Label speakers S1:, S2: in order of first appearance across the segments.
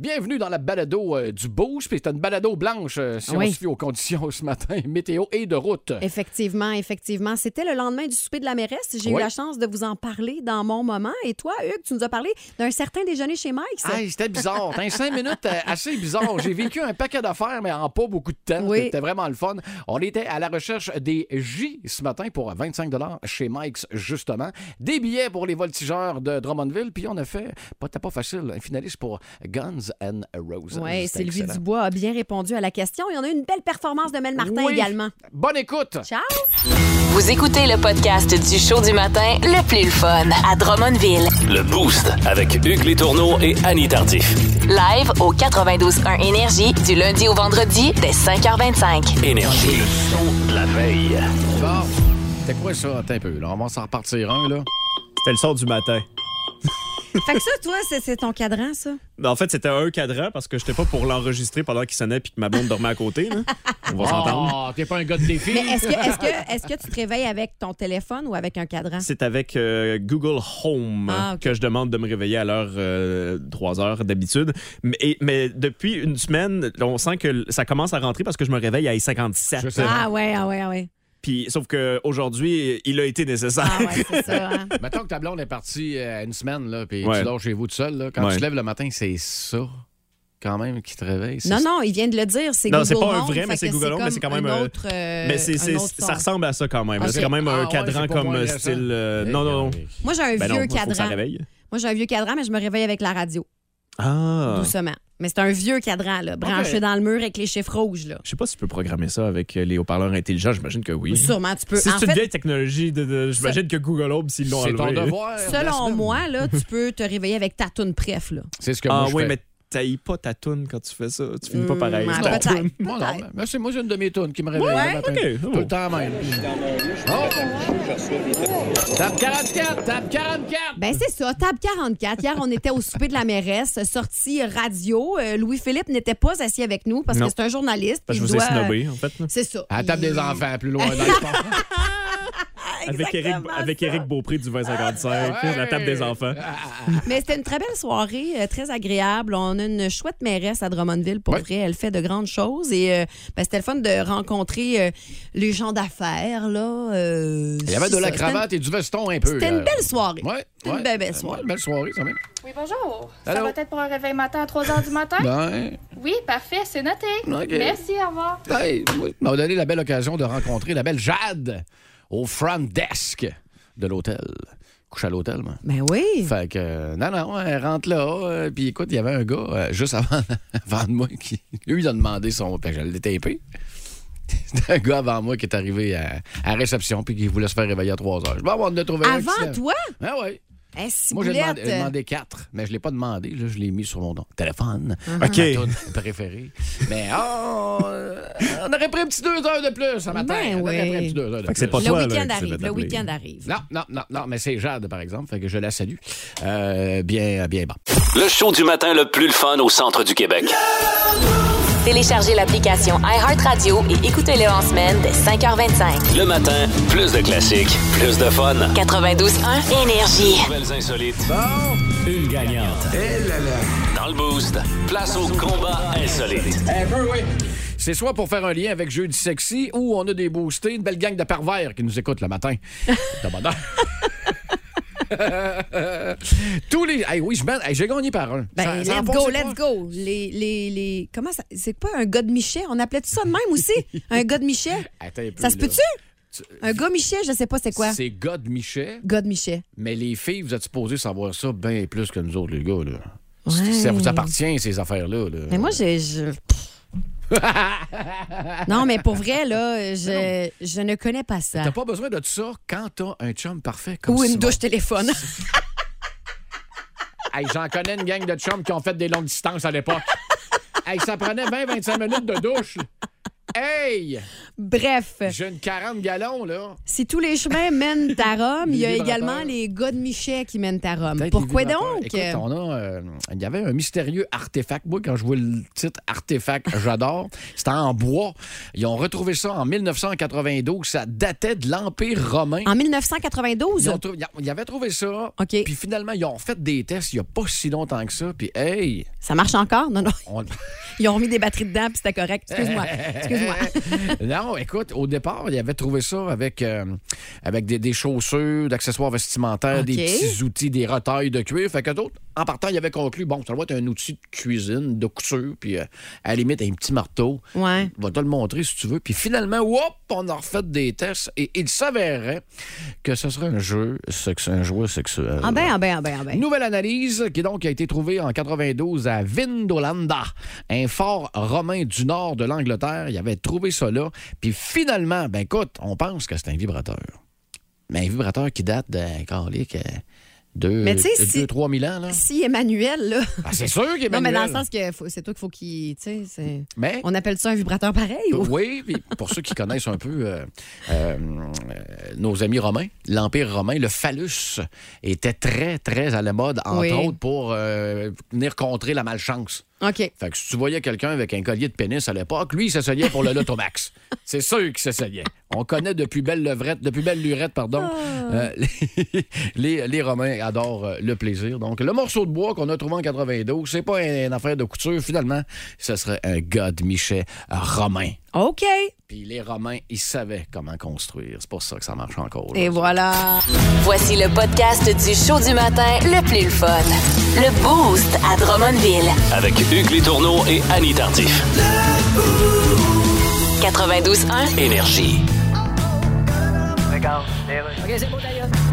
S1: bienvenue dans la balado euh, du Bouge. Puis c'est une balado blanche euh, si
S2: Oui.
S1: on se fie aux conditions ce matin, météo et de route.
S2: Effectivement, effectivement. C'était le lendemain du souper de la mairesse. J'ai
S1: Ouais.
S2: eu la chance de vous en parler dans mon moment. Et toi, Hugues, tu nous as parlé d'un certain déjeuner chez Mike. ça.
S1: Hey, c'était bizarre. T'as un cinq minutes euh, assez bizarre. J'ai vécu un paquet d'affaires, mais en pas beaucoup de temps.
S2: Oui.
S1: C'était vraiment le fun. On était à la recherche des J ce matin pour 25 chez Mike's, justement. Des billets pour les voltigeurs de Drummondville. Puis on a fait, pas t'as pas facile, un finaliste pour Guns and Roses.
S2: Oui,
S1: C'était
S2: Sylvie
S1: excellent.
S2: Dubois a bien répondu à la question. Et on a eu une belle performance de Mel Martin
S1: Oui.
S2: également.
S1: Bonne écoute.
S2: Ciao!
S3: Vous écoutez le podcast du show du matin le plus le fun à Drummondville.
S4: Le Boost avec Hugues Létourneau et Annie Tardif.
S3: Live au 92.1 Énergie du lundi au vendredi dès 5h25.
S4: Énergie. Le son de la veille.
S1: Bon, c'était quoi ça? Attends un peu, là. On va s'en repartir un, là.
S5: C'était le son du matin.
S2: fait que ça, toi, c'est- c'est ton cadran, ça?
S5: Ben, En fait, c'était un cadran parce que j'étais pas pour l'enregistrer pendant qu'il sonnait puis que ma blonde dormait à côté. là. On va s'entendre.
S1: Ah, t'es pas un gars de défi.
S2: Mais est-ce que, est-ce que, est-ce que tu te réveilles avec ton téléphone ou avec un cadran?
S5: C'est avec euh, Google Home
S2: Ah, ok.
S5: que je demande de me réveiller à l'heure euh, 3 heures d'habitude. Mais, et- mais depuis une semaine, on sent que l- ça commence à rentrer parce que je me réveille à
S1: Je
S5: 57.
S1: sais.
S2: Ah ouais, ah ouais, ah ouais.
S5: Puis, sauf qu'aujourd'hui, il a été nécessaire.
S2: Ah ouais, c'est ça. hein.
S1: Mettons que ta blonde est partie euh, une semaine, là, puis
S5: Ouais.
S1: tu dors chez vous tout seul. Là. Quand
S5: Ouais.
S1: tu te lèves le matin, c'est ça, quand même, qui te réveille. c'est
S2: Non,
S1: ça.
S2: non, il vient de le dire. C'est
S5: Non,
S2: Google
S5: c'est pas un
S2: Home,
S5: vrai, mais
S2: fait
S5: c'est
S2: que
S5: Google Home, mais c'est quand même,
S2: un
S5: euh,
S2: autre, euh,
S5: Mais c'est-
S2: un
S5: c'est-
S2: autre son.
S5: ça ressemble à ça quand même.
S2: Ok.
S5: C'est quand même
S1: Ah
S5: un
S1: ouais,
S5: cadran
S1: c'est pas
S5: comme
S1: moins
S5: euh,
S1: récent.
S5: style. euh,
S1: Eh,
S5: non, non, non.
S1: regardez.
S2: Moi, j'ai un
S5: Ben non,
S2: vieux
S5: faut- faut que ça
S2: cadran.
S5: réveille.
S2: Moi, j'ai un vieux cadran, mais je me réveille avec la radio,
S5: Ah.
S2: doucement. Mais c'est un vieux cadran, là, branché dans le mur avec les chiffres rouges. Là.
S5: Je sais pas si tu peux programmer ça avec euh, les haut-parleurs intelligents. J'imagine que oui.
S2: Sûrement, tu peux.
S5: Si
S2: en
S5: c'est une
S2: fait,
S5: vieille technologie, de, de- j'imagine que Google Home, s'ils l'ont
S1: C'est ton
S5: enlevé.
S1: devoir. de la
S2: selon
S1: semaine.
S2: moi, là, tu peux te réveiller avec ta toune préf. Là.
S1: C'est ce que
S5: Ah
S1: moi, je
S5: oui,
S1: fais.
S5: mais t'hailles pas ta toune quand tu fais ça. Tu finis pas
S2: Hmm,
S5: pareil.
S2: ah,
S5: Ta
S2: peut-être,
S5: toune.
S1: Moi, non,
S2: peut-être.
S1: mais c'est moi, j'ai une de mes tunes qui me réveille
S2: Ouais,
S1: le matin.
S5: ok, c'est
S1: Tout
S5: bon.
S1: le temps même. Oh! Tape 44, tape 44!
S2: Ben c'est ça, table 44. Hier, on était au souper de la mairesse, sortie radio. Euh, Louis-Philippe n'était pas assis avec nous parce
S5: Non.
S2: que c'est un journaliste.
S5: Parce que je
S2: puis
S5: vous
S2: il
S5: ai
S2: doit- euh,
S5: snobé, en fait. là.
S2: C'est ça.
S1: À la table
S2: Il-
S1: des enfants, plus loin dans le fond.
S5: Avec Eric,
S2: Exactement
S5: avec
S2: ça.
S5: Éric Beaupré du 2055,
S1: Ouais.
S5: la table des enfants.
S2: Mais c'était une très belle soirée, euh, très agréable. On a une chouette mairesse à Drummondville, pour
S1: Ouais.
S2: vrai. Elle fait de grandes choses. Et euh, ben, c'était le fun de rencontrer euh, les gens d'affaires. là. euh,
S1: Il y avait de
S2: c'est
S1: la
S2: ça.
S1: cravate et du veston un peu.
S2: C'était une, c'était une
S1: là.
S2: belle soirée.
S1: Ouais,
S2: C'était
S1: ouais.
S2: une belle, belle
S1: Ouais,
S2: soirée.
S1: belle soirée, quand même.
S6: Oui, bonjour. Ça
S1: Allô?
S6: va être pour un réveil matin à 3 h du matin?
S1: Ben,
S6: Oui, parfait, c'est noté.
S1: Ok.
S6: Merci, au revoir.
S1: Hey, oui, m'a donné la belle occasion de rencontrer la belle Jade au front desk de l'hôtel. Couche à l'hôtel, moi.
S2: Ben oui.
S1: Fait que, euh, non, non, elle rentre là. euh, Puis écoute, il y avait un gars euh, juste avant, avant de moi qui, lui, il a demandé son. Fait que je l'ai tapé. C'était un gars avant moi qui est arrivé à, à réception puis qui voulait se faire réveiller à 3 heures. Je vais avoir de le trouver un qui se
S2: Avant
S1: lève.
S2: toi, hein,
S1: Ah oui.
S2: eh, si
S1: Moi, j'ai demandé,
S2: boulette,
S1: j'ai demandé quatre, mais je ne l'ai pas demandé. Là, je l'ai mis sur mon don- téléphone.
S2: Ah.
S5: OK.
S1: Ma toune préférée. Mais oh, euh, on aurait pris un petit deux heures de plus ce matin.
S2: Ben
S1: on aurait
S2: oui.
S1: pris un petit deux heures de
S5: Fait que c'est
S1: plus.
S5: pas
S2: euh,
S5: toi, là,
S2: le week-end
S5: qui s'est
S2: arrive.
S5: fait
S2: Le
S5: appeler.
S2: week-end arrive.
S1: Non, non, non, non, mais c'est Jade, par exemple. Fait que je la salue. Euh, bien, bien bon.
S4: Le show du matin le plus le fun au centre du Québec.
S3: Téléchargez l'application iHeartRadio et écoutez-le en semaine dès 5h25.
S4: Le matin, plus de classiques, plus de fun.
S3: 92.1 Énergie.
S4: Nouvelles insolites. Une gagnante. Dans le Boost, place au combat insolite.
S1: C'est soit pour faire un lien avec Jeudi Sexy ou on a des boostés, une belle gang de pervers qui nous écoutent le matin. De bonne heure. Tous les. Hey, oui, je mène- hey, j'ai gagné par un. Ça- ça
S2: Ben, let's
S1: en
S2: go,
S1: pensait
S2: let's
S1: quoi?
S2: go. Les, les, les... Comment ça? C'est pas un gars de Michet? On appelait tout ça de même aussi? un gars de Michet?
S1: Attends un peu,
S2: Ça se
S1: là.
S2: peut-tu? Un gars Michet, je sais pas c'est quoi.
S1: C'est God Michet.
S2: Gars de Michet.
S1: Mais les filles, vous êtes supposées savoir ça bien plus que nous autres, les gars. Là.
S2: Ouais.
S1: Ça vous appartient, ces affaires-là. là.
S2: Mais moi, j'ai- je. non, mais pour vrai, là, je, je ne connais pas ça.
S1: T'as pas besoin de tout ça quand t'as un chum parfait comme
S2: Ou une
S1: Simon.
S2: douche téléphone.
S1: Hey, J'en connais une gang de chums qui ont fait des longues distances à l'époque. hey, ça prenait 20-25 minutes de douche. Hey!
S2: Bref,
S1: J'ai une 40 gallons, là.
S2: si tous les chemins mènent à Rome, il y a
S1: Les
S2: également
S1: vibrateurs.
S2: les gars de Michet qui mènent à Rome.
S1: Peut-être
S2: Pourquoi
S1: les vibrateurs.
S2: donc?
S1: Écoute, on a, euh, il y avait un mystérieux artefact. Moi, quand je vois le titre artefact, j'adore. C'était en bois. Ils ont retrouvé ça en 1992. Ça datait de l'Empire romain.
S2: En 1992?
S1: Ils, ont trou- ils avaient trouvé ça.
S2: OK.
S1: Puis finalement, ils ont fait des tests il n'y a pas si longtemps que ça. Puis, hey,
S2: Ça marche encore? Non, non.
S1: on...
S2: Ils ont remis des batteries dedans, puis c'était correct. Excuse-moi. Excuse-moi.
S1: non, écoute, au départ, ils avaient trouvé ça avec, euh, avec des, des chaussures, d'accessoires vestimentaires,
S2: OK.
S1: des petits outils, des retailles de cuir. Fait que d'autres, en partant, ils avaient conclu, bon, ça doit être un outil de cuisine, de couture, puis euh, à la limite, un petit marteau.
S2: Ouais.
S1: On va te le montrer si tu veux. Puis finalement, hop, on a refait des tests et il s'avérait que ce serait un jeu, sexe- un jouet sexuel.
S2: Ah ben, ah ben, ah ben, ah ben.
S1: Nouvelle analyse qui donc a été trouvée en 92 à Vindolanda, un fort romain du nord de l'Angleterre. Il avait trouvé ça là. Puis finalement, ben écoute, on pense que c'est un vibrateur. Mais un vibrateur qui date de, calique, euh, deux,
S2: Mais tu sais,
S1: deux,
S2: si-
S1: trois mille ans, là.
S2: Si Emmanuel, là.
S1: Ah, c'est sûr qu'il est
S2: Non, mais dans
S1: manuel.
S2: le sens que faut- c'est toi qu'il faut qu'il. Tu sais, c'est-
S1: Mais-
S2: On appelle ça un vibrateur pareil? Ou...
S1: Oui, puis pour ceux qui connaissent un peu euh, euh, euh, nos amis romains, l'Empire romain, le phallus était très, très à la mode, entre
S2: Oui.
S1: autres pour euh, venir contrer la malchance.
S2: OK.
S1: Fait que si tu voyais quelqu'un avec un collier de pénis à l'époque, lui, il s'essayait pour le Lotomax. C'est sûr qu'il s'essayait. On connaît de plus belle levrette, de plus belle lurette, pardon. Euh, les- les, les Romains adorent euh, le plaisir. Donc, le morceau de bois qu'on a trouvé en 92, c'est pas une, une affaire de couture. Finalement, ce serait un god Michet romain.
S2: OK.
S1: Puis les Romains, ils savaient comment construire. C'est pour ça que ça marche encore. là.
S2: Et voilà.
S3: Voici le podcast du show du matin le plus le fun. Le Boost à Drummondville.
S4: Avec Hugues Létourneau et Annie Tardif.
S3: 92.1.
S4: Énergie.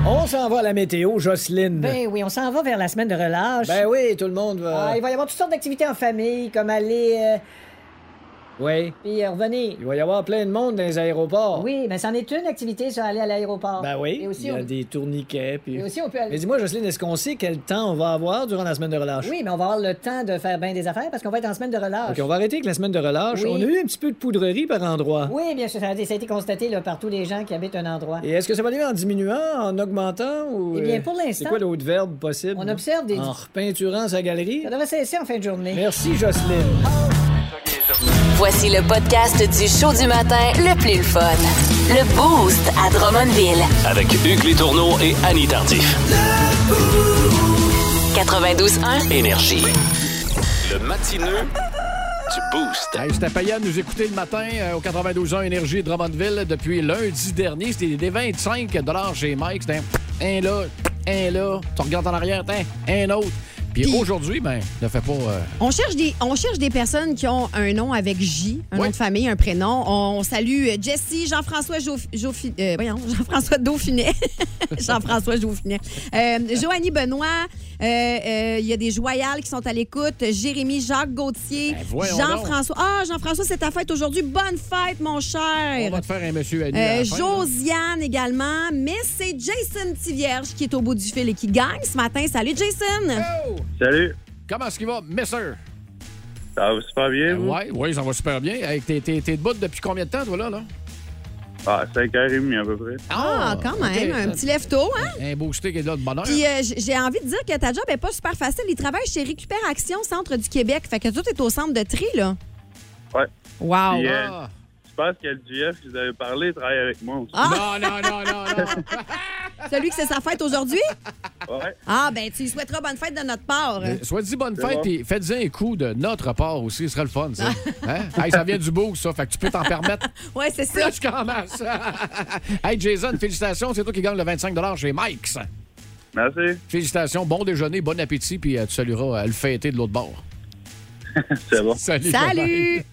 S7: On s'en va à la météo, Jocelyne.
S8: Ben oui, on s'en va vers la semaine de relâche.
S7: Ben oui, tout le monde va.
S8: Ah, il va y avoir toutes sortes d'activités en famille, comme aller euh,
S7: Oui.
S8: puis euh, revenir.
S7: Il va y avoir plein de monde dans les aéroports.
S8: Oui, mais c'en est une activité, ça, aller à l'aéroport.
S7: Ben oui.
S8: Et aussi,
S7: il y a
S8: on...
S7: des tourniquets. Puis...
S8: et aussi, on peut
S7: Mais
S8: aller.
S7: dis-moi, Jocelyne, est-ce qu'on sait quel temps on va avoir durant la semaine de relâche?
S8: Oui, mais on va avoir le temps de faire bien des affaires parce qu'on va être en semaine de relâche.
S7: OK, on va arrêter avec la semaine de relâche.
S8: Oui.
S7: On a eu un petit peu de poudrerie par endroit.
S8: Oui, bien sûr, ça a été, ça a été constaté là, par tous les gens qui habitent un endroit.
S7: Et est-ce que ça va aller en diminuant, en augmentant ou.
S8: Eh bien,
S7: euh,
S8: pour l'instant-
S7: C'est quoi Ah. l'autre verbe possible?
S8: On
S7: là?
S8: observe des-
S7: En repeinturant sa galerie.
S8: Ça devrait cesser en fin de journée.
S7: Merci, Jocelyne.
S3: Voici le podcast du show du matin le plus le fun. Le Boost à Drummondville.
S4: Avec Hugues Létourneau et Annie Tardif.
S3: 92.1.
S4: Énergie. Le matineux du Boost.
S1: Hey, c'était payant de nous écouter le matin euh, au 92 ans Énergie Drummondville depuis lundi dernier. C'était des 25 chez Mike. C'était un, un là, un là. Tu regardes en arrière, t'as un, un autre. Puis
S2: Puis-
S1: aujourd'hui, ben, ne fais pas. euh,
S2: On cherche, des, on cherche des personnes qui ont un nom avec J, un
S1: Ouais.
S2: nom de famille, un prénom. On, salue euh, Jessie, Jean-François Jof- Jofi- euh, voyons, Jean-François Dauphinet. Jean-François Dauphinet. Euh, Joanie Benoît. euh, euh, Il y a des Joyales qui sont à l'écoute. Jérémy, Jacques Gauthier.
S1: Ben, voyons
S2: Jean-François. Ah, Jean-François, c'est ta fête aujourd'hui. Bonne fête, mon
S1: on
S2: cher.
S1: va te faire un monsieur à nu à
S2: Euh,
S1: la fin, hein. là.
S2: Josiane également, mais c'est Jason Tivierge qui est au bout du fil et qui gagne ce matin. Salut Jason!
S9: Salut,
S1: Comment est-ce qu'il va, Messer?
S9: ça va super bien, vous?
S1: Oui, oui, ça va super bien. Hey, t'es, t'es- t'es debout depuis combien de temps, toi, là? là?
S9: Ah, 5h30 à peu près.
S2: Ah, quand
S1: Oh! ok.
S2: même, un petit lève-tôt, hein?
S1: Un beau stick est là de bonheur.
S2: Puis euh, j- j'ai envie de dire que ta job est pas super facile. Il travaille chez Récupère Action Centre du Québec. Fait que tout est au centre de tri, là.
S9: Ouais.
S2: Wow.
S9: Puis, euh,
S1: Ah.
S9: Je pense que le GF que vous avez parlé travaille avec moi aussi.
S1: Non, non, non, non, non.
S9: euh,
S2: Celui que c'est sa fête aujourd'hui?
S9: Ouais.
S2: Ah, ben, tu lui souhaiteras bonne fête de notre part.
S1: Euh, Soit dit bonne
S9: C'est
S1: fête,
S9: bon.
S1: puis faites-en un coup de notre part aussi, ce serait le fun, ça. Hein? Hey, ça vient du beau, ça, fait que tu peux t'en permettre.
S2: Ouais, c'est ça.
S1: Flush quand même, ça. hey, Jason, félicitations, c'est toi qui gagne le 25 chez Mike's.
S9: Merci,
S1: Félicitations, bon déjeuner, bon appétit, puis euh, tu salueras euh, le fêter de l'autre bord.
S9: c'est bon.
S1: Salut.
S2: Salut!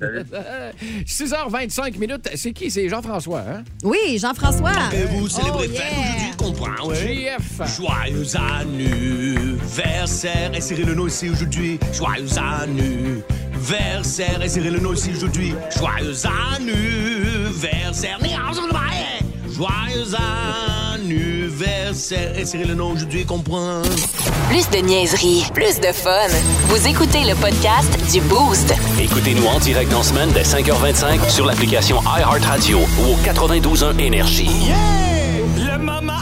S1: 6h25 minutes, c'est qui? C'est Jean-François, hein?
S2: Oui, Jean-François.
S10: Vous célébrez le
S2: Oh, yeah.
S10: fête aujourd'hui, comprends, ouais.
S1: JF.
S10: Joyeux anniversaire, et serrez le nom ici aujourd'hui. Joyeux anniversaire, et serrez le nom ici aujourd'hui. Joyeux anniversaire, ni en Joyeux anniversaire. serre, insérer le nom aujourd'hui, comprends.
S3: Plus de niaiserie, plus de fun. Vous écoutez le podcast du Boost.
S4: Écoutez-nous en direct dans la semaine dès 5h25 sur l'application iHeartRadio ou au 92.1 Énergie.
S10: Le Mama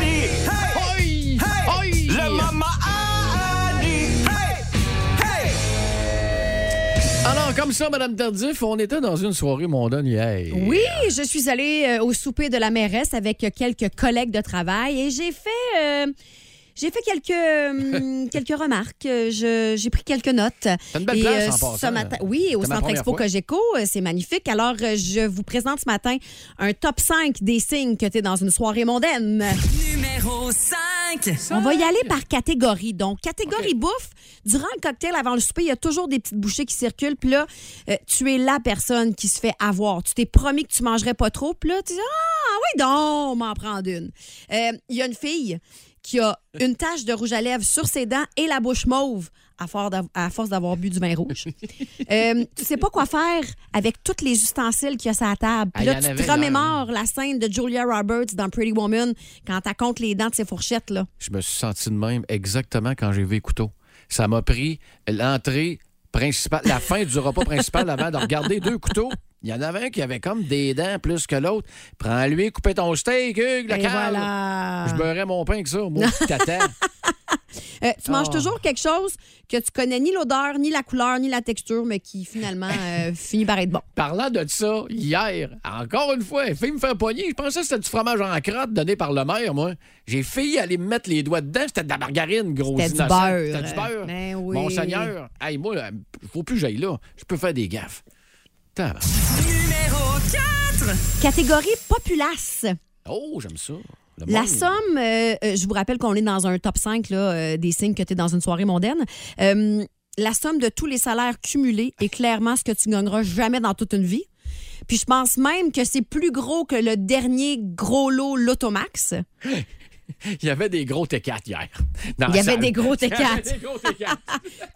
S10: Annie! Hey! Hey! Le Mama Annie!
S1: Alors, comme ça, Madame Tardif, on était dans une soirée mondaine hier.
S2: Oui, je suis allée euh, au souper de la mairesse avec euh, quelques collègues de travail et j'ai fait. euh, j'ai fait quelques, euh, quelques remarques. Euh, je- J'ai pris quelques notes.
S1: C'est une belle
S2: Et,
S1: place,
S2: euh,
S1: en passant,
S2: ce matin-
S1: là.
S2: Oui, au
S1: C'était ma
S2: Centre
S1: première
S2: Expo
S1: fois.
S2: Cogeco, euh, c'est magnifique. Alors, euh, je vous présente ce matin un top 5 des signes que tu es dans une soirée mondaine.
S11: Numéro 5.
S2: On va y aller par catégorie. Donc, catégorie bouffe, durant le cocktail, avant le souper, il y a toujours des petites bouchées qui circulent. Puis là, euh, tu es la personne qui se fait avoir. Tu t'es promis que tu mangerais pas trop. Puis là, tu dis Ah, oui, donc, on m'en prendre une. Euh, Il y a une fille qui a une tache de rouge à lèvres sur ses dents et la bouche mauve à for- d'av- à force d'avoir bu du vin rouge. Euh, tu sais pas quoi faire avec tous les ustensiles qu'il y a sur la table. Puis
S12: Ah,
S2: là,
S12: il y en
S2: tu
S12: avait
S2: te
S12: hier.
S2: remémores la scène de Julia Roberts dans Pretty Woman quand elle compte les dents de ses fourchettes. là.
S1: Je me suis senti de même exactement quand j'ai vu les couteaux. Ça m'a pris l'entrée principale, la fin du repas principal avant de regarder deux couteaux. Il y en avait un qui avait comme des dents plus que l'autre. Prends-lui, coupez ton steak, Hugues, la
S2: Et
S1: cale.
S2: voilà.
S1: Je beurrais mon pain que ça, moi, petit tata.
S2: Euh, tu manges
S1: Ah.
S2: toujours quelque chose que tu connais ni l'odeur, ni la couleur, ni la texture, mais qui finalement euh, finit par être bon.
S1: Parlant de ça, hier, encore une fois, elle fait me faire pogner. Je pensais que c'était du fromage en crotte donné par le maire, moi. J'ai failli aller me mettre les doigts dedans. C'était de la margarine, gros
S2: C'était du
S1: innocent.
S2: beurre.
S1: C'était du beurre.
S2: Ben oui.
S1: Mon seigneur, hey, moi, là, faut plus que j'aille là. Je peux faire des gaffes. Tabarnak.
S11: Numéro 4.
S2: Catégorie populace.
S1: Oh, j'aime ça. Le
S2: La
S1: monde.
S2: somme, euh, euh, je vous rappelle qu'on est dans un top 5 là, euh, des signes que tu es dans une soirée mondaine. Euh, la somme de tous les salaires cumulés est clairement ce que tu gagneras jamais dans toute une vie. Puis je pense même que c'est plus gros que le dernier gros lot Lotomax.
S1: Il y avait des gros T4 hier. dans
S2: Il y
S1: la
S2: avait
S1: salle.
S2: des gros
S1: Il y avait
S2: T4.
S1: des gros T4.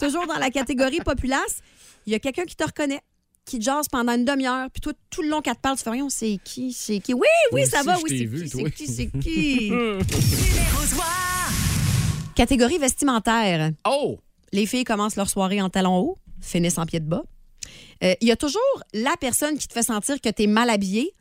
S2: Toujours dans la catégorie populace, il y a quelqu'un qui te reconnaît, qui te jase pendant une demi-heure, puis toi, tout le long qu'elle te parle, tu fais rien, c'est qui, c'est qui. Oui, oui,
S1: Toi
S2: ça
S1: aussi,
S2: va,
S1: je
S2: oui,
S1: t'ai
S2: c'est
S1: vu,
S2: qui,
S1: toi.
S2: c'est qui, c'est qui.
S11: Numéro 3.
S2: catégorie vestimentaire.
S1: Oh!
S2: Les filles commencent leur soirée en talons hauts, finissent en pied de bas. Euh, Il y a toujours la personne qui te fait sentir que t'es mal habillé,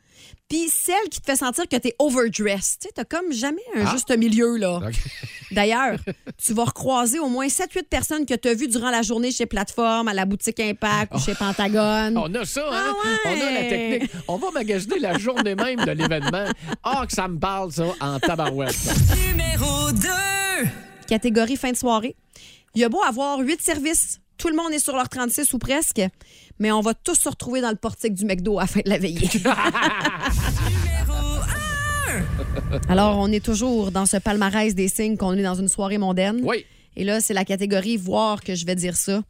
S2: puis celle qui te fait sentir que t'es overdressed. Tu sais, t'as comme jamais un
S12: Ah.
S2: juste milieu, là. D'ailleurs, tu vas recroiser au moins 7-8 personnes que tu as vues durant la journée chez Plateforme, à la boutique Impact ou chez Pentagone.
S1: On a ça, hein?
S2: Ah ouais!
S1: On a la technique. On va magasiner la journée même de l'événement. Ah, que ça me parle, ça, en tabarouette. ça.
S11: Numéro 2.
S2: Catégorie fin de soirée. Il y a beau avoir 8 services, tout le monde est sur leur 36 ou presque, mais on va tous se retrouver dans le portique du McDo à la fin de la veillée. Alors, on est toujours dans ce palmarès des signes qu'on est dans une soirée mondaine.
S1: Oui.
S2: Et là, c'est la catégorie voir que je vais dire ça.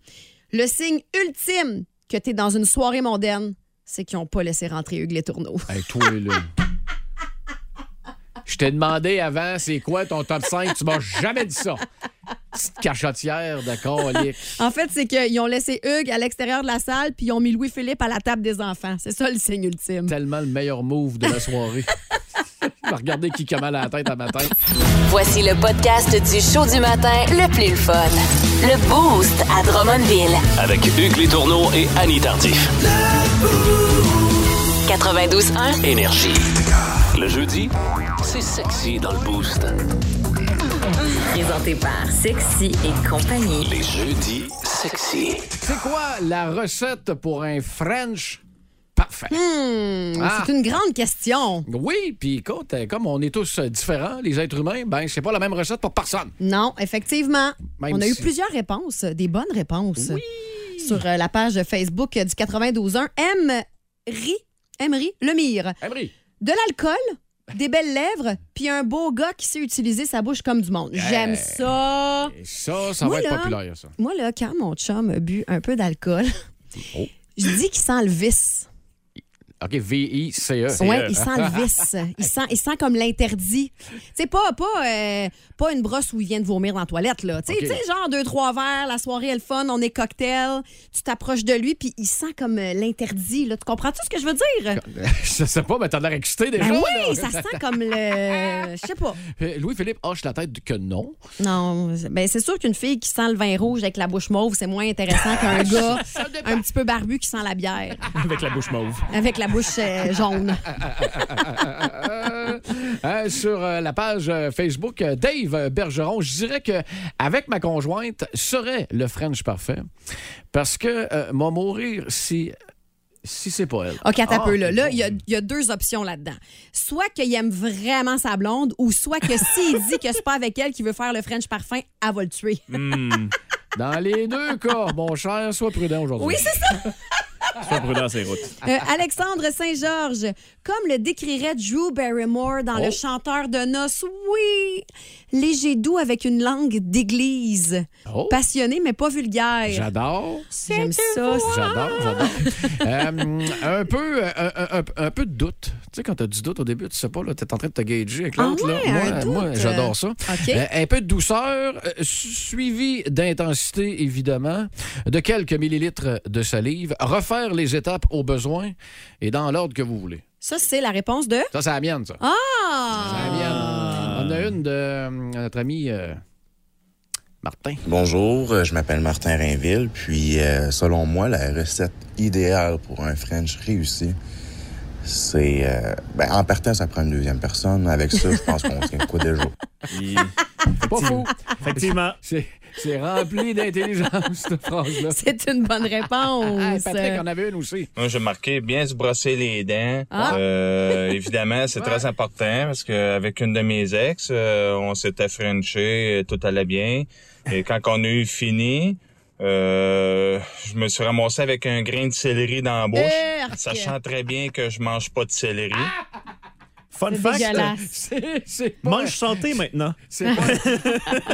S2: Le signe ultime que tu es dans une soirée mondaine, c'est qu'ils n'ont pas laissé rentrer Hugues Les Tourneaux.
S1: Hey, toi, là. Je t'ai demandé avant, c'est quoi ton top 5? Tu m'as jamais dit ça. Petite cachotière de colique.
S2: En fait, c'est qu'ils ont laissé Hugues à l'extérieur de la salle, puis ils ont mis Louis-Philippe à la table des enfants. C'est ça le signe ultime.
S1: Tellement le meilleur move de la soirée. Je vais regarder qui a mal à la tête à matin.
S3: Voici le podcast du show du matin le plus le fun. Le Boost à Drummondville.
S4: Avec Hugues Létourneau et Annie Tardif.
S3: 92.1.
S4: Énergie. Le jeudi, c'est sexy dans le boost.
S11: Présenté par Sexy et compagnie.
S4: Les jeudis, sexy.
S1: C'est quoi la recette pour un French parfait?
S2: Hmm,
S1: Ah.
S2: C'est une grande question.
S1: Oui, puis écoute, euh, comme on est tous euh, différents, les êtres humains, ben c'est pas la même recette pour personne.
S2: Non, effectivement.
S1: Même
S2: On a eu
S1: si-
S2: plusieurs réponses, des bonnes réponses. Sur euh, la page Facebook euh, du 92.1. Emery, Emery Lemire.
S1: Emery.
S2: De l'alcool, des belles lèvres, puis un beau gars qui sait utiliser sa bouche comme du monde. J'aime ça.
S1: Et ça, ça
S2: Moi,
S1: va
S2: là,
S1: être populaire, ça.
S2: Moi, là, quand mon chum a bu un peu d'alcool, je dis qu'il sent le vice.
S1: OK, V-I-C-E.
S2: Oui, il sent le vice. Il sent, il sent comme l'interdit. Tu sais, pas, pas, euh, pas une brosse où il vient de vomir dans la toilette, là. Tu
S1: OK.
S2: sais, tu sais, genre deux, trois verres, la soirée est le fun, on est cocktail, tu t'approches de lui, puis il sent comme euh, l'interdit, là. Tu comprends-tu ce que je veux dire?
S1: Je sais pas, mais t'as l'air excité déjà.
S2: Ben
S1: là.
S2: oui, ça sent comme le. Je sais pas.
S1: Euh, Louis-Philippe hoche la tête que non.
S2: Non, ben c'est sûr qu'une fille qui sent le vin rouge avec la bouche mauve, c'est moins intéressant qu'un gars un petit peu barbu qui sent la bière
S5: Avec la bouche mauve.
S2: avec la bouche euh, jaune.
S1: Hein, sur euh, la page euh, Facebook, euh, Dave Bergeron, je dirais que avec ma conjointe serait le French parfait parce que euh, m'a mourir si si c'est pas elle.
S2: OK, attends
S1: Ah,
S2: un peu. Là, Là, il y a, il y a deux options là-dedans. Soit qu'il aime vraiment sa blonde, ou soit que s'il dit que c'est pas avec elle qu'il veut faire le French parfum, elle va le tuer.
S1: Dans les deux cas, mon cher, sois prudent aujourd'hui.
S2: Oui, c'est ça.
S5: Sois prudent ces routes.
S2: Euh, Alexandre Saint-Georges, comme le décrirait Drew Barrymore dans
S1: Oh.
S2: Le chanteur de noces, oui, léger doux avec une langue d'église,
S1: Oh.
S2: passionné mais pas vulgaire.
S1: J'adore.
S2: J'aime ça.
S1: J'adore, j'adore. Euh, un, peu, euh, un, un- un peu de doute. Tu sais, quand tu as du doute au début, tu sais pas, tu es en train de te gager avec l'autre.
S2: Ah ouais,
S1: là.
S2: un doute.
S1: moi, moi, j'adore ça.
S2: OK.
S1: Euh, un peu de douceur, euh, su- suivi d'intensité, évidemment, de quelques millilitres de salive. Refaire les étapes au besoin et dans l'ordre que vous voulez.
S2: Ça, c'est la réponse de...
S1: Ça, c'est la mienne, ça.
S2: Ah!
S1: La mienne. On a une de euh, notre ami euh, Martin.
S12: Bonjour, euh, je m'appelle Martin Rainville, puis euh, selon moi, la recette idéale pour un French réussi, c'est... euh, ben, en partant, ça prend une deuxième personne. Avec ça, je pense qu'on tient le coup déjà.
S1: Pas fou.
S5: Effectivement.
S1: C'est c'est rempli d'intelligence, cette phrase-là.
S2: C'est une bonne réponse.
S1: Hey, Patrick en avait une aussi.
S13: Moi, j'ai marqué bien se brosser les dents.
S1: Ah.
S13: Euh, évidemment, c'est très important parce qu'avec une de mes ex, euh, on s'était frenché, euh, tout allait bien. Et quand on a eu fini, euh, je me suis ramassé avec un grain de céleri dans la bouche,
S10: Herc!
S13: sachant très bien que je mange pas de céleri.
S5: Fun
S10: C'est
S5: fact.
S10: dégueulasse.
S1: C'est- c'est pas-
S5: Mange santé maintenant.
S1: C'est pas-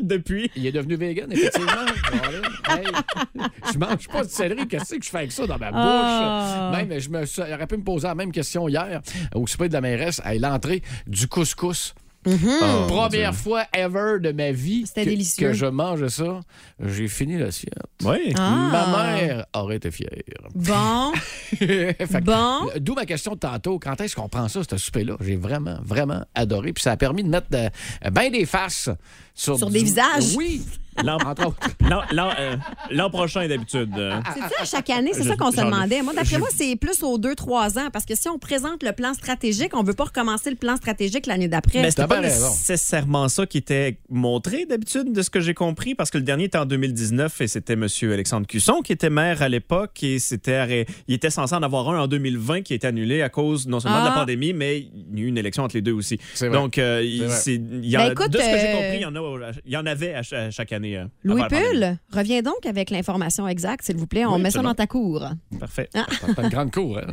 S5: Depuis.
S1: Il est devenu vegan, effectivement. Caroline. Hey, je mange pas de céleri. Qu'est-ce que je fais avec ça dans ma bouche?
S10: Ah.
S1: Même, je me suis- j'aurais pu me poser la même question hier au souper de la mairesse à l'entrée du couscous. Ah,
S10: Oh,
S1: Première
S10: mon Dieu.
S1: fois ever de ma vie que,
S10: délicieux.
S1: que je mange ça. J'ai fini l'assiette.
S5: Oui.
S1: Hein?
S10: Ah.
S1: Ma mère aurait été fière.
S2: Bon.
S1: bon. D'où ma question de tantôt. Quand est-ce qu'on prend ça, ce souper-là? J'ai vraiment, vraiment adoré. Puis ça a permis de mettre bien des faces sur,
S2: Sur
S1: du-
S2: des visages.
S1: Oui.
S5: L'an
S1: Entre autres.
S5: l'an- l'an- euh, l'an prochain, d'habitude. euh,
S2: C'est ça, à chaque année, c'est
S5: Je-
S2: ça qu'on se
S5: j'en ai-
S2: demandait. Moi, d'après
S5: je-
S2: moi, c'est plus aux 2-3 ans, parce que si on présente le plan stratégique, on ne veut pas recommencer le plan stratégique l'année d'après.
S5: Mais c'était pas nécessairement ça qui était montré d'habitude, de ce que j'ai compris, parce que le dernier était en 2019 et c'était M. Alexandre Cusson qui était maire à l'époque et c'était arrêt- il était censé en avoir un en 2020 qui est annulé à cause non seulement de la
S2: Ah.
S5: pandémie, mais il y a eu une élection entre les deux aussi.
S1: vrai.
S5: Donc, euh, il,
S1: C'est vrai.
S5: c'est- il y en,
S2: Ben, écoute,
S5: de ce que j'ai
S2: euh,
S5: compris, il y en, a- il y en avait à, ch- à chaque année. euh,
S2: Louis
S5: avant la pandémie.
S2: Pull, reviens donc avec l'information exacte, s'il vous plaît. On
S5: Oui,
S2: met ça
S5: absolument.
S2: dans ta cour.
S5: Parfait.
S2: Ah.
S1: T'as une grande cour. hein?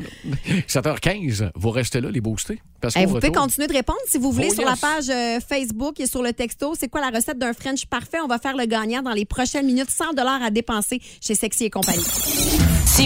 S1: 7h15, vous restez là, les boostés. Parce
S2: Eh,
S1: qu'on
S2: vous pouvez
S1: retourne.
S2: continuer de répondre si vous voulez
S1: Oh,
S2: sur
S1: yes.
S2: la page euh, Facebook et sur le texto. C'est quoi la recette d'un French parfait? On va faire le gagnant dans les prochaines minutes. 100 à dépenser chez Sexy et compagnie.
S3: Si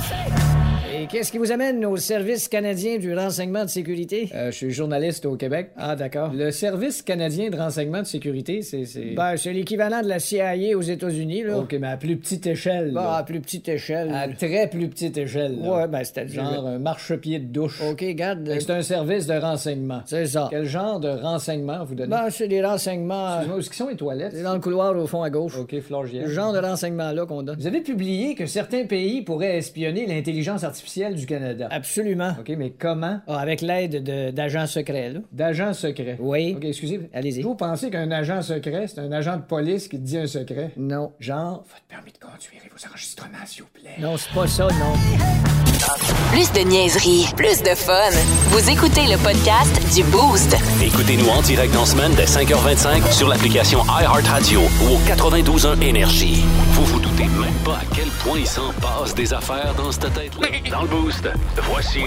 S7: Et qu'est-ce qui vous amène au Service canadien du renseignement de sécurité? Euh, je suis journaliste au Québec. Ah, d'accord. Le Service canadien de renseignement de sécurité, c'est. Ben, c'est l'équivalent de la CIA aux États-Unis, là. OK, mais à plus petite échelle. Bah, à plus petite échelle. À très plus petite échelle, Ouais, ben, c'était
S14: Genre
S7: un marchepied de douche. OK, garde. C'est un service de renseignement. C'est ça. Quel genre de renseignement vous donnez? Ben, c'est des renseignements. Excuse-moi, où est-ce qu'ils sont les toilettes? C'est dans le couloir au fond à gauche. OK, Florgière.
S14: Le genre de
S7: renseignement-là qu'on donne. Vous avez publié que certains pays pourraient espionner l'intelligence artificielle officielle du Canada. Absolument. OK, mais comment? Ah, avec l'aide de- d'agents secrets, là. D'agents secrets? Oui. OK, excusez, allez-y. Vous pensez qu'un agent secret, c'est un agent de police qui dit un secret? Non. Genre, votre permis de conduire et vos enregistrements, s'il vous plaît. Non, c'est pas ça, non.
S3: Plus de niaiserie, plus de fun. Vous écoutez le podcast du Boost.
S4: Écoutez-nous en direct dans semaine dès 5h25 sur l'application iHeartRadio ou au 92.1 Énergie. Vous vous doutez même pas à quel point il s'en passe des affaires dans cette tête-là. Dans le boost, voici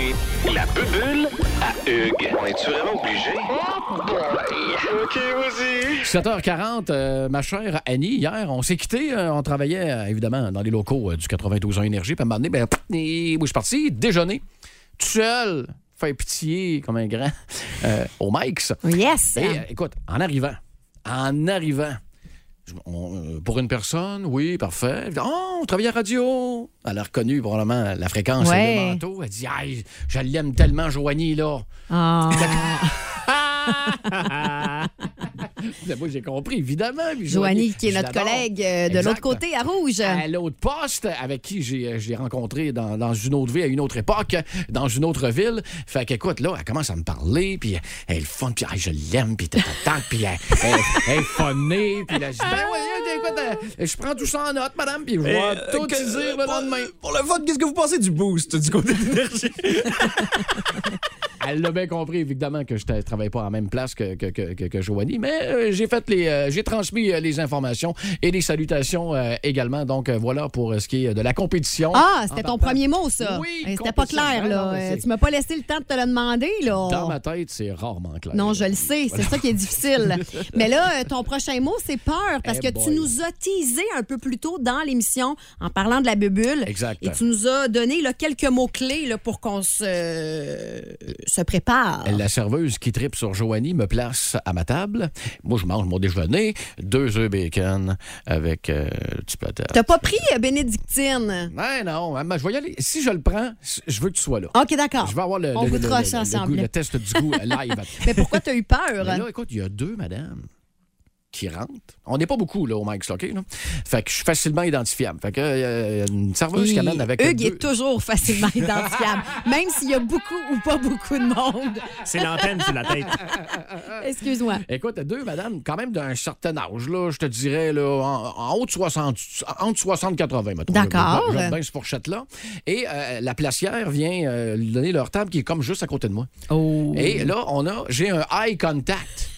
S4: la bubule à Hugues. On est-tu vraiment obligé? OK, vas-y.
S1: 7h40, euh, ma chère Annie, hier, on s'est quitté. euh, on travaillait, euh, évidemment, dans les locaux euh, du 92 ans Énergie. Puis à un moment donné, ben, pff, et- moi, je suis parti déjeuner, tout seul, faire pitié comme un grand, euh, au Mike's.
S2: Yes!
S1: Et, euh, écoute, en arrivant, en arrivant, je- on, euh, pour une personne, oui, parfait. Oh, on travaille à radio. Elle a reconnu probablement la fréquence et
S2: Ouais.
S1: le manteau. Elle dit, Aïe, je l'aime tellement, Joanie, là.
S2: Ah.
S1: Ben, moi, j'ai compris, évidemment. puis
S2: Joanie, qui est notre
S1: je l'adore.
S2: collègue euh, de
S1: Exact.
S2: l'autre côté à Rouge.
S1: À l'autre poste, avec qui j'ai, j'ai rencontré dans, dans une autre vie, à une autre époque, dans une autre ville. Fait qu'écoute, là, elle commence à me parler, puis euh, elle est le fun, puis ah, je l'aime, puis tatata, puis elle, elle, elle est funnée, puis là, je dis, ben ouais, écoute, euh, je prends tout ça en note, madame, puis je vais
S5: Euh,
S1: tout
S5: que-
S1: te dire le lendemain.
S5: Pour le vote, qu'est-ce que vous pensez du boost du côté de l'énergie?
S1: Elle l'a bien compris, évidemment, que je ne travaillais pas à la même place que, que, que, que- que Joanie, mais euh, j'ai fait les, euh, j'ai transmis euh, les informations et les salutations euh, également. Donc, euh, voilà pour euh, ce qui est de la compétition.
S2: Ah,
S1: Oh,
S2: c'était
S1: En
S2: ton
S1: partant.
S2: premier mot, ça.
S1: Oui,
S2: Eh, c'était pas
S1: complètement.
S2: clair,
S1: Non,
S2: là.
S1: mais
S2: Euh,
S1: c'est-
S2: Tu m'as pas laissé le temps de te le demander, là.
S1: Dans ma tête, c'est rarement clair.
S2: Non, je le sais, c'est
S1: Voilà.
S2: ça qui est difficile. Mais là, euh, ton prochain mot, c'est peur, parce
S1: Eh
S2: que tu
S1: boy.
S2: nous as teasé un peu plus tôt dans l'émission en parlant de la bubule.
S1: Exact.
S2: Et tu nous as donné là, quelques mots-clés là, pour qu'on se, se prépare.
S1: La serveuse qui tripe sur Joanie me place à ma table. Moi, je mange mon déjeuner, deux œufs bacon avec euh, un petit plateau.
S2: T'as pas pris euh, bénédictine?
S1: Ouais, non, hein, mais je vais y aller. Si je le prends, je veux que tu sois là.
S2: OK, d'accord.
S1: Je vais avoir le,
S2: Oh! On
S1: le- le-
S2: goûtera
S1: le-
S2: ça
S1: le
S2: ensemble.
S1: goût, le test du goût euh, live.
S2: Mais pourquoi t'as eu peur?
S1: Mais là, écoute, il y a deux madames qui rentrent. On n'est pas beaucoup là, au Mike's Locker. Là. Fait que je suis facilement identifiable. Fait que euh, une serveuse qui
S2: Et
S1: amène avec
S2: Hugues
S1: deux-
S2: est toujours facilement identifiable, même s'il y a beaucoup ou pas beaucoup de monde.
S1: C'est l'antenne sur la tête.
S2: Excuse-moi.
S1: Écoute, deux madames, quand même d'un certain âge, là, je te dirais, là, en, en haut de 60, entre 60 et 80, mettons.
S2: D'accord.
S1: J'aime bien cette fourchette-là. Et euh, la placière vient euh, lui donner leur table qui est comme juste à côté de moi. Et là, on a, j'ai un eye contact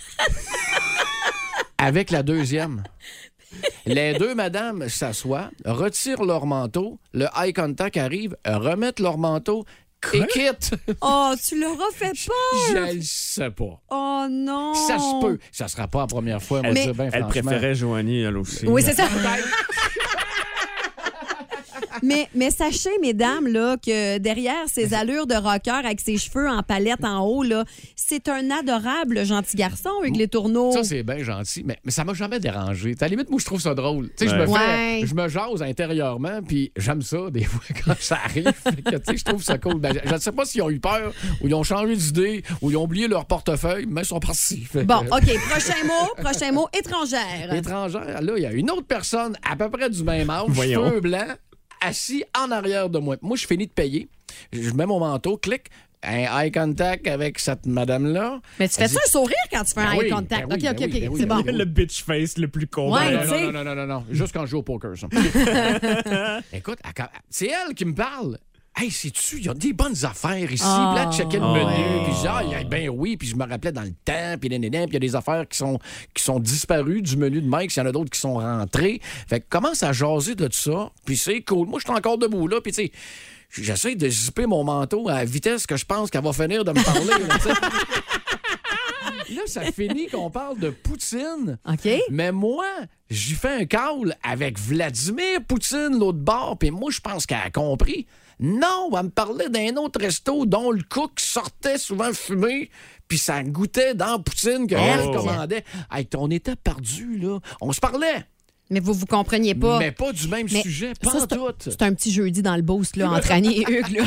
S1: avec la deuxième. Les deux madames s'assoient, retirent leur manteau, le eye contact arrive, remettent leur manteau et quittent.
S2: Oh, tu leur as fait peur!
S1: Je le sais pas.
S2: Oh non!
S1: Ça se peut. Ça sera pas la première fois, moi,
S5: Elle,
S1: je dis bien
S5: elle
S1: franchement.
S5: préférait Joanie, elle aussi.
S2: Oui, c'est ça. mais, mais sachez, mesdames, là, que derrière ces allures de rocker avec ses cheveux en palette en haut, là, c'est un adorable gentil garçon, Hugues Les Tourneaux.
S1: Ça, c'est bien gentil, mais, mais ça m'a jamais dérangé. À la limite, moi, je trouve ça drôle. Tu sais, je me
S2: Ouais.
S1: fais-
S2: Ouais.
S1: je me jase intérieurement, puis j'aime ça des fois quand ça arrive. Fait que, tu sais, je trouve ça cool. Ben, je ne sais pas s'ils ont eu peur, ou ils ont changé d'idée, ou ils ont oublié leur portefeuille, mais ils sont partis. Fait que- euh,
S2: Bon, OK, prochain mot, prochain mot, étrangère.
S1: Étrangère, là, il y a une autre personne à peu près du même âge,
S5: Voyons.
S1: cheveux blancs, assis en arrière de moi. Moi, je finis de payer. Je mets mon manteau, clique, un eye contact avec cette madame-là.
S2: Mais tu fais
S1: Elle
S2: ça
S1: dit-
S2: un sourire quand tu fais un
S1: Ben oui,
S2: eye contact.
S1: ben oui,
S2: OK,
S1: ben
S2: OK, OK,
S1: oui, ben oui,
S2: c'est
S1: ben
S2: bon.
S1: oui.
S5: Le bitch face le plus con.
S2: Ouais,
S1: non,
S2: tu
S1: non,
S2: sais.
S1: non, non, non, non, non, juste quand je joue au poker, ça. Écoute, elle- quand- c'est elle qui me parle. Hey, sais-tu, il y a des bonnes affaires ici.
S5: Ah.
S1: Puis là, je checkais le
S5: Ah.
S1: menu, puis genre, il y a- ben oui, puis je me rappelais dans le temps, puis nan, nan, nan, puis il y a des affaires qui sont, qui sont disparues du menu de Mike, il y en a d'autres qui sont rentrées. Fait que commence à jaser de tout ça, puis c'est cool. Moi, je suis encore debout là, puis tu sais, j'essaie de zipper mon manteau à la vitesse que je pense qu'elle va finir de me parler. là, tu sais. Là, ça finit qu'on parle de Poutine.
S2: OK.
S1: Mais moi, j'y fais un call avec Vladimir Poutine, l'autre bord, puis moi, je pense qu'elle a compris. Non, elle me parlait d'un autre resto dont le cook sortait souvent fumé, puis ça goûtait dans Poutine que
S2: Oh.
S1: elle commandait. Hey, on était perdus, là. On se parlait.
S2: Mais vous vous compreniez pas.
S1: Mais pas du même
S2: Mais
S1: sujet,
S2: ça,
S1: pas en
S2: c'est un-
S1: tout.
S2: C'est un petit jeudi dans le boost, là, entre Annie et Hugues, là.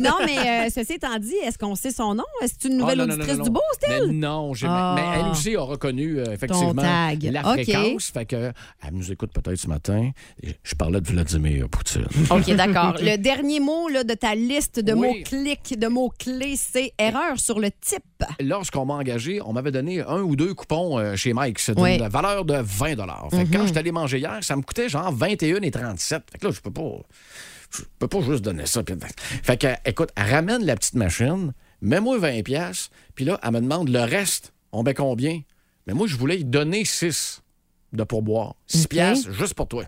S2: non, mais euh, ceci étant dit, est-ce qu'on sait son nom? Est-ce une nouvelle
S1: Ah, non, non,
S2: auditrice
S1: non, non,
S2: du
S1: non.
S2: Boost, elle?
S1: Mais non, j'ai-
S2: Ah.
S1: mais elle aussi a reconnu euh, effectivement
S2: Ton tag.
S1: la
S2: OK.
S1: fréquence. Fait que, elle nous écoute peut-être ce matin. Et Je parlais de Vladimir Poutine.
S2: OK, d'accord. Le dernier mot là, de ta liste de
S1: Oui.
S2: mots-clics, de mots-clés, c'est erreur sur le type.
S1: Lorsqu'on m'a engagé, on m'avait donné un ou deux coupons euh, chez Mike. C'est une
S2: Oui.
S1: valeur de 20 Fait que Quand je suis allé manger hier, ça me coûtait genre 21,37 Fait que là, je peux pas... Je peux pas juste donner ça. puis- Fait que, euh, écoute, elle ramène la petite machine, mets-moi 20 pièces, puis là, elle me demande le reste. On met combien? Mais moi, je voulais y donner 6 de pourboire. 6 piastres juste pour toi.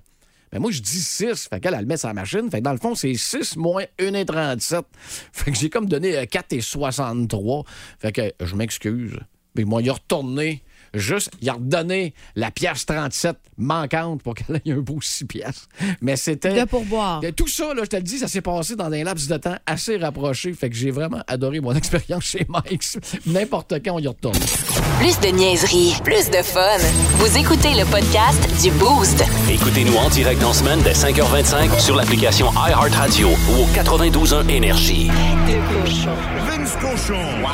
S1: Mais Ben, moi, je dis 6. Fait qu'elle, elle met sa machine. Fait que dans le fond, c'est 6 moins 1,37. Fait que j'ai comme donné euh, 4,63. Fait que euh, je m'excuse. Mais moi, il a retourné. Juste, il a redonné la pièce 37 manquante pour qu'elle ait un beau 6 pièces. Mais c'était.
S2: De pourboire.
S1: Et Tout ça, là, je te le dis, ça s'est passé dans un laps de temps assez rapproché. Fait que j'ai vraiment adoré mon expérience chez Mike. N'importe quand, on y retourne.
S3: Plus de niaiserie, plus de fun. Vous écoutez le podcast du Boost.
S4: Écoutez-nous en direct en semaine dès 5h25 sur l'application iHeartRadio ou au 92.1 Énergie.
S10: Vince cochon. Wow!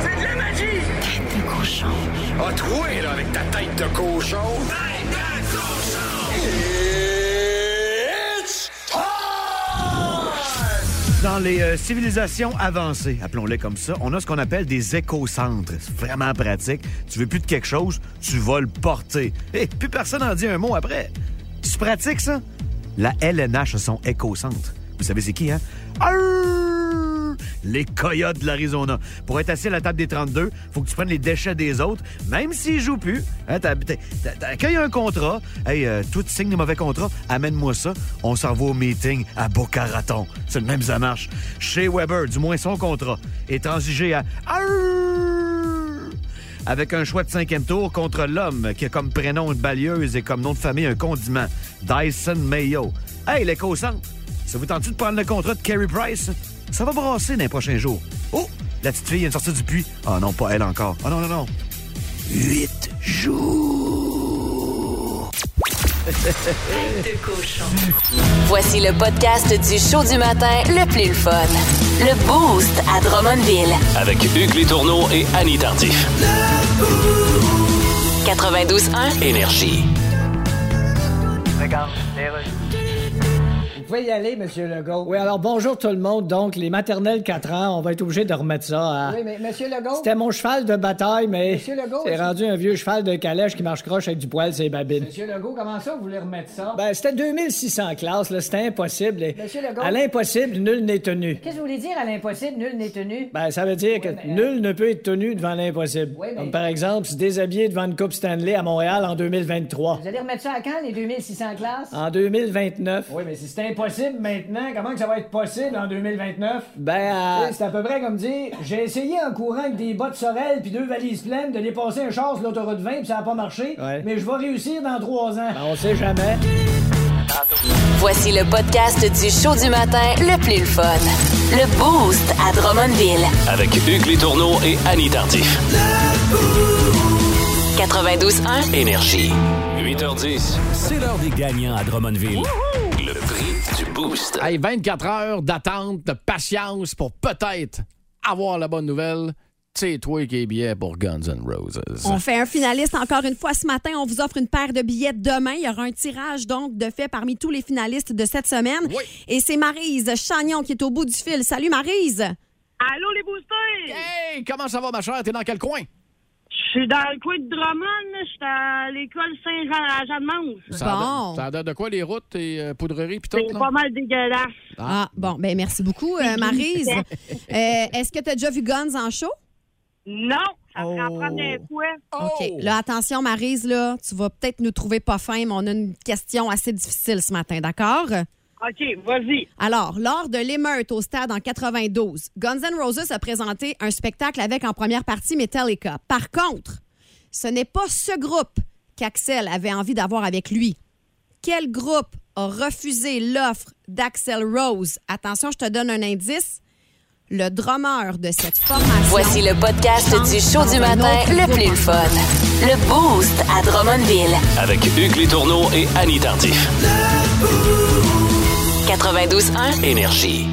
S10: C'est de la magie! Tête de cochon. Ah, troué, là, avec ta tête de cochon. Tête de cochon! It's
S14: Dans les euh, civilisations avancées, appelons-les comme ça, on a ce qu'on appelle des éco-centres. C'est vraiment pratique. Tu veux plus de quelque chose, tu vas le porter. Et plus personne en dit un mot après. C'est pratique, ça? La LNH a son éco-centre. Vous savez c'est qui, hein? Arrrr! Les coyotes de l'Arizona. Pour être assis à la table des 32, faut que tu prennes les déchets des autres, même s'ils jouent plus. Hein, t'as- t'as- t'as- T'accueilles un contrat. Hey, euh, toi, tu signes des mauvais contrats, amène-moi ça. On s'en va au meeting à Boca Raton. C'est le même, ça marche. Chez Weber, du moins son contrat, est transigé à Arrrr! avec un choix de cinquième tour contre l'homme qui a comme prénom une balieuse et comme nom de famille un condiment, Dyson Mayo. Hey, l'éco-centre, ça vous tente de prendre le contrat de Carey Price? Ça va brasser dans les prochains jours. Oh, la petite fille est sortie du puits. Ah non, pas elle encore. Ah non, non, non. Huit jours.
S3: Voici le podcast du show du matin le plus fun. Le Boost à Drummondville.
S4: Avec Hugues Létourneau et Annie Tardif.
S3: 92.1.
S4: Énergie.
S7: Vous pouvez y aller, Monsieur Legault. Oui, alors bonjour tout le monde. Donc, les maternelles 4 ans, on va être obligé de remettre ça à.
S8: Oui, mais Monsieur Legault.
S7: C'était mon cheval de bataille, mais
S8: Monsieur Legault,
S7: c'est
S8: est-ce-
S7: rendu un vieux cheval de calèche qui marche croche avec du poil sur les babines.
S8: Monsieur Legault, comment ça, vous voulez remettre ça?
S7: Ben, c'était 2600 classes, là, c'était impossible. et
S8: Monsieur Legault.
S7: À l'impossible, nul n'est tenu.
S8: Qu'est-ce que vous voulez dire à l'impossible, nul n'est tenu? euh,
S7: Ben, ça veut dire que nul ne peut être tenu devant l'impossible.
S8: Oui, mais-
S7: Comme par exemple, se déshabiller devant une Coupe Stanley à Montréal en 2023.
S8: Vous allez remettre ça à quand, les 2600 classes?
S7: En 2029. Oui, mais si c'est impossible maintenant, comment que ça va être possible en 2029? Ben, c'est à peu près comme dire, j'ai essayé en courant avec des bottes sorel puis deux valises pleines de dépasser un char sur l'autoroute 20 puis ça a pas marché, mais je vais réussir dans trois ans. Ben, on sait jamais.
S3: Voici le podcast du show du matin le plus fun. Le Boost à Drummondville.
S4: Avec Hugues Létourneau et Annie Tardif.
S3: 92.1.
S4: Énergie. 8h10, c'est l'heure des gagnants à Drummondville. Le prix du boost.
S1: Hey, 24 heures d'attente, de patience pour peut-être avoir la bonne nouvelle. C'est toi qui es bien pour Guns N' Roses.
S2: On fait un finaliste encore une fois ce matin. On vous offre une paire de billets demain. Il y aura un tirage donc de fait parmi tous les finalistes de cette semaine. Et c'est Marise Chagnon qui est au bout du fil. Salut Marise.
S15: Allô, les boosters!
S1: Hey, comment ça va, ma chère? T'es dans quel coin?
S15: Je suis dans le coin de Drummond, là. je suis à l'école Saint-Jean-de-Mons.
S1: Ça donne- Ça donne de quoi les routes et euh, poudreries pis tout?
S15: C'est
S1: là?
S15: pas mal dégueulasse.
S2: Ah, bon, ben merci beaucoup euh, Maryse. Euh, Est-ce que tu as déjà vu Guns en show?
S15: Non, ça me prend prendre un fouet.
S2: OK. Là, attention, Marise, là, tu vas peut-être nous trouver pas fin, mais on a une question assez difficile ce matin, d'accord?
S15: OK, vas-y.
S2: Alors, lors de l'émeute au stade en 92, Guns N' Roses a présenté un spectacle avec en première partie Metallica. Par contre, ce n'est pas ce groupe qu'Axel avait envie d'avoir avec lui. Quel groupe a refusé l'offre d'Axel Rose? Attention, je te donne un indice. Le drummer de cette formation.
S3: Voici le podcast
S2: chante
S3: du show
S2: dans
S3: du
S2: un
S3: matin
S2: autre
S3: le
S2: groupe.
S3: plus fun. Le Boost à Drummondville.
S4: Avec Hugues Létourneau et Annie Tardif.
S3: 92.1.
S4: Énergie.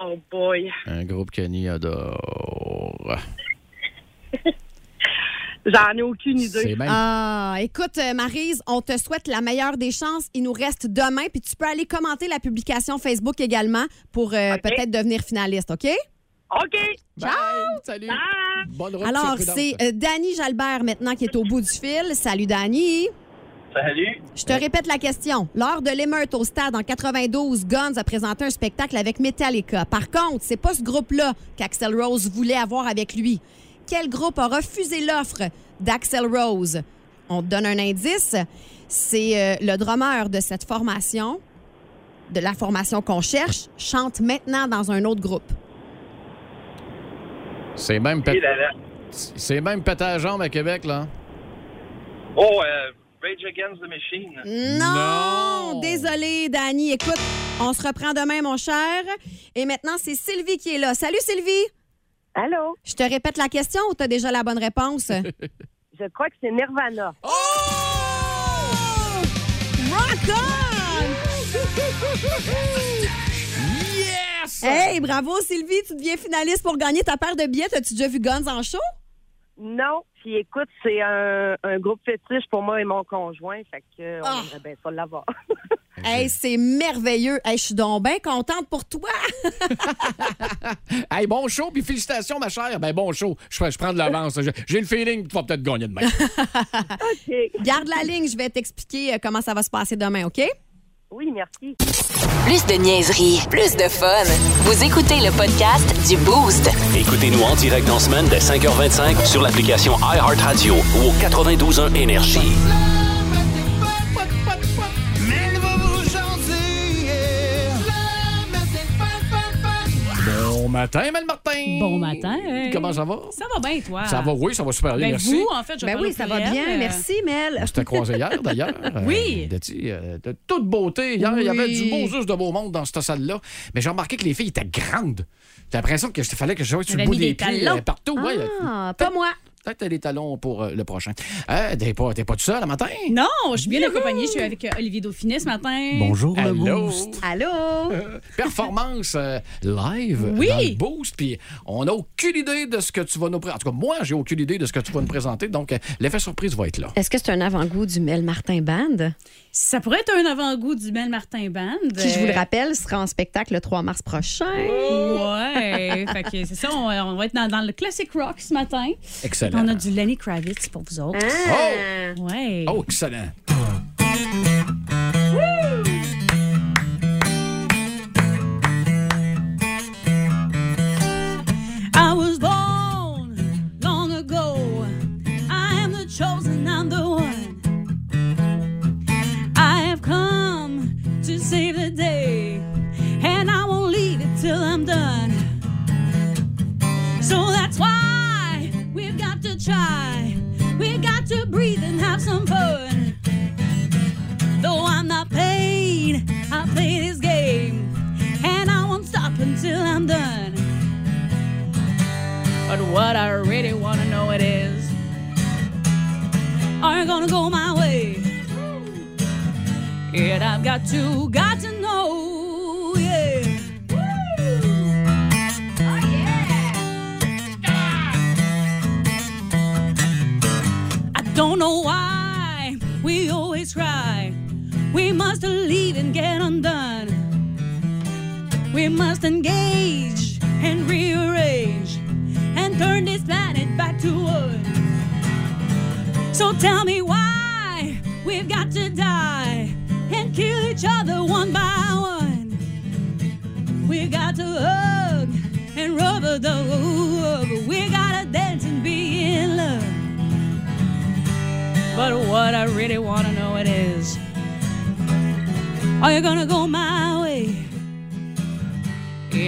S15: Oh boy.
S1: Un groupe Kenny adore.
S15: J'en ai aucune idée.
S1: C'est bien.
S2: Ah, écoute, euh, Maryse, on te souhaite la meilleure des chances. Il nous reste demain, puis tu peux aller commenter la publication Facebook également pour euh, peut-être devenir finaliste, OK?
S15: OK.
S2: Ciao!
S1: Ben, Salut!
S15: Ah.
S1: Bonne
S15: route,
S2: Alors,
S15: sois prudente.
S2: c'est euh, Danny Jalbert maintenant qui est au bout du fil. Salut, Danny!
S9: Salut.
S2: Je te répète la question. Lors de l'émeute au stade en 92, Guns a présenté un spectacle avec Metallica. Par contre, c'est pas ce groupe-là qu'Axel Rose voulait avoir avec lui. Quel groupe a refusé l'offre d'Axel Rose? On te donne un indice. C'est euh, le drummer de cette formation, de la formation qu'on cherche, chante maintenant dans un autre groupe.
S1: C'est même, pét- C'est même pété à jambe à Québec, là.
S9: Oh, euh, Rage Against the Machine.
S2: Non! Désolé, Danny. Écoute, on se reprend demain, mon cher. Et maintenant, c'est Sylvie qui est là. Salut, Sylvie!
S15: Allô?
S2: Je te répète la question ou t'as déjà la bonne réponse?
S15: Je crois que c'est Nirvana.
S2: Oh! Rock
S1: Yes!
S15: Eh,
S2: Hey, bravo, Sylvie! Tu deviens finaliste pour gagner ta paire de billets. As-tu déjà vu Guns en show?
S15: Non, puis écoute, c'est un, un groupe fétiche pour moi et mon conjoint, fait que euh, on
S2: Ah.
S15: aimerait bien ça l'avoir.
S2: Hey, c'est merveilleux. Hey, je suis donc bien contente pour toi.
S1: Hey, bon show, puis félicitations, ma chère. Ben, bon show. Je, je prends de l'avance. Je- J'ai le feeling que tu vas peut-être gagner demain.
S2: Garde la ligne, je vais t'expliquer euh, comment ça va se passer demain, OK?
S15: Oui, merci.
S3: Plus de niaiserie, plus de fun. Vous écoutez le podcast du Boost.
S4: Écoutez-nous en direct dans la semaine dès 5h25 sur l'application iHeartRadio ou au 92.1 Énergie.
S10: Elle va vous chanter.
S1: Bon matin, Mel Martin.
S16: Bon matin.
S1: Comment ça va?
S16: Ça va bien, toi?
S1: Ça va, oui, ça va super bien.
S16: Ben,
S1: merci.
S16: vous, en fait, je
S2: Ben
S16: parle
S2: oui,
S16: au
S2: ça va
S16: pluriel,
S2: bien.
S16: euh,
S2: Merci, Mel.
S1: On s'était croisés hier, d'ailleurs.
S16: Oui.
S1: Euh, de, euh, de toute beauté. Hier, il y avait
S2: Oui.
S1: du beau juste de beau monde dans cette salle-là. Mais j'ai remarqué que les filles étaient grandes. J'ai l'impression que je fallait que je sois sur le
S2: Avait
S1: bout
S2: mis
S1: des,
S2: des
S1: pieds
S2: talons.
S1: euh, partout. ouais.
S2: Ah, pas moi.
S1: Peut-être que t'as des talons pour euh, le prochain. Euh, t'es pas, t'es pas tout seul le matin?
S16: Non, je suis bien accompagnée. Je suis avec euh, Olivier Dauphiné ce matin.
S1: Bonjour, le Allô?
S16: Boost.
S2: Allô?
S1: Performance euh, live
S16: Oui.
S1: dans le boost, puis on n'a aucune idée de ce que tu vas nous présenter. En tout cas, moi, j'ai aucune idée de ce que tu vas nous présenter, donc euh, l'effet surprise va être là.
S2: Est-ce que c'est un avant-goût du Mel Martin Band?
S16: Ça pourrait être un avant-goût du Mel Martin Band.
S2: Qui, je vous le
S16: Ben.
S2: rappelle, sera en spectacle le 3 mars prochain.
S16: Oh, Ouais, fait que c'est ça, on, on va être dans, dans le classic rock ce matin.
S1: Excellent.
S16: On a du Lenny Kravitz pour vous autres.
S1: Ah!
S16: Ouais.
S1: Oh, excellent.
S16: I was born long ago. I am the chosen, I'm the one. I have come to save the day, and I won't leave it till I'm done. So that's why we've got to try. We've got to breathe and have some fun. Though I'm not paid, I play this game, and I won't stop until I'm done. But what I really want to know it is Are you gonna go my way? Yet I've got to, got to know, yeah. I don't know why we always cry. We must leave and get undone. We must engage and rearrange and turn this planet back to wood. So tell me why we've got to die and kill each other one by one. We've got to hug and rub a dub. We gotta dance and be in love. But what I really wanna know it is, are you gonna go my way?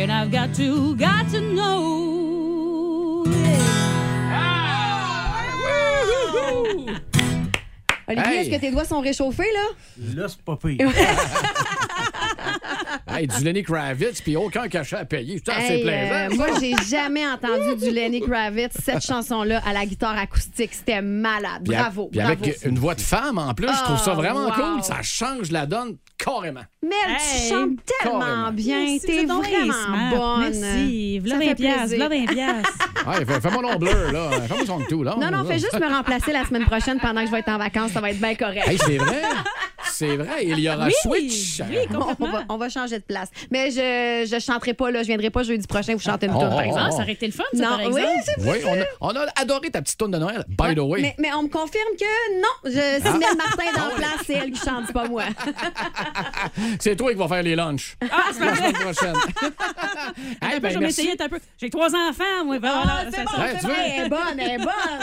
S16: And I've got to, got to know.
S2: Olivier,
S16: Hey!
S2: est-ce que tes doigts sont réchauffés, là?
S17: Là, c'est pas pire.
S1: Hey, du Lenny Kravitz, puis aucun cachet à payer. Putain,
S2: Hey,
S1: Ah, c'est plaisant.
S2: euh, moi, j'ai jamais entendu du Lenny Kravitz, cette chanson-là, à la guitare acoustique. C'était malade.
S1: Puis a-
S2: Bravo.
S1: Puis
S2: bravo.
S1: avec une voix de femme en plus, je trouve ça
S2: Oh,
S1: vraiment
S2: wow.
S1: cool. Ça change la donne carrément.
S2: Mel, tu chantes tellement
S1: carrément.
S2: bien.
S16: Merci,
S2: T'es
S16: vous êtes donc bien
S2: vraiment
S16: smart.
S2: bonne.
S16: Merci. V'là
S2: Ça
S16: 20
S2: fait
S16: piastres,
S2: plaisir.
S16: v'là 20 piastres.
S1: Ouais, fais- Fais-moi l'ombre bleu, là. Fais-moi son tout, là.
S2: Non, non, fais juste me remplacer la semaine prochaine pendant que je vais être en vacances. Ça va être bien correct.
S1: Hey, c'est vrai. C'est vrai. Il y aura
S2: Oui,
S1: Switch.
S2: on, va, on va changer de place. Mais je ne chanterai pas, là. Je viendrai pas jeudi prochain vous chanter une
S1: Oh,
S2: tune,
S1: oh,
S2: par
S1: oh,
S2: exemple.
S1: oh. Ça aurait
S2: été le fun,
S1: ça,
S2: non,
S1: par
S2: Oui,
S1: exemple.
S2: c'est
S1: Oui, on a, on a adoré ta petite tourne de Noël, by the way.
S2: Mais, mais on me confirme que non, je, si
S1: Ah.
S2: Mel Martin est dans la place, c'est elle qui chante, c'est pas moi.
S1: C'est toi qui vas faire les lunchs.
S16: Ah, c'est
S1: la
S16: vrai.
S1: semaine prochaine.
S16: Attends un
S1: Eh
S16: peu,
S1: ben,
S16: je
S1: merci.
S16: vais m'essayer un peu. J'ai trois enfants, moi.
S1: Ah,
S16: voilà, ça- ça-
S1: Ouais, tu veux?
S2: Elle est bonne, elle est bonne.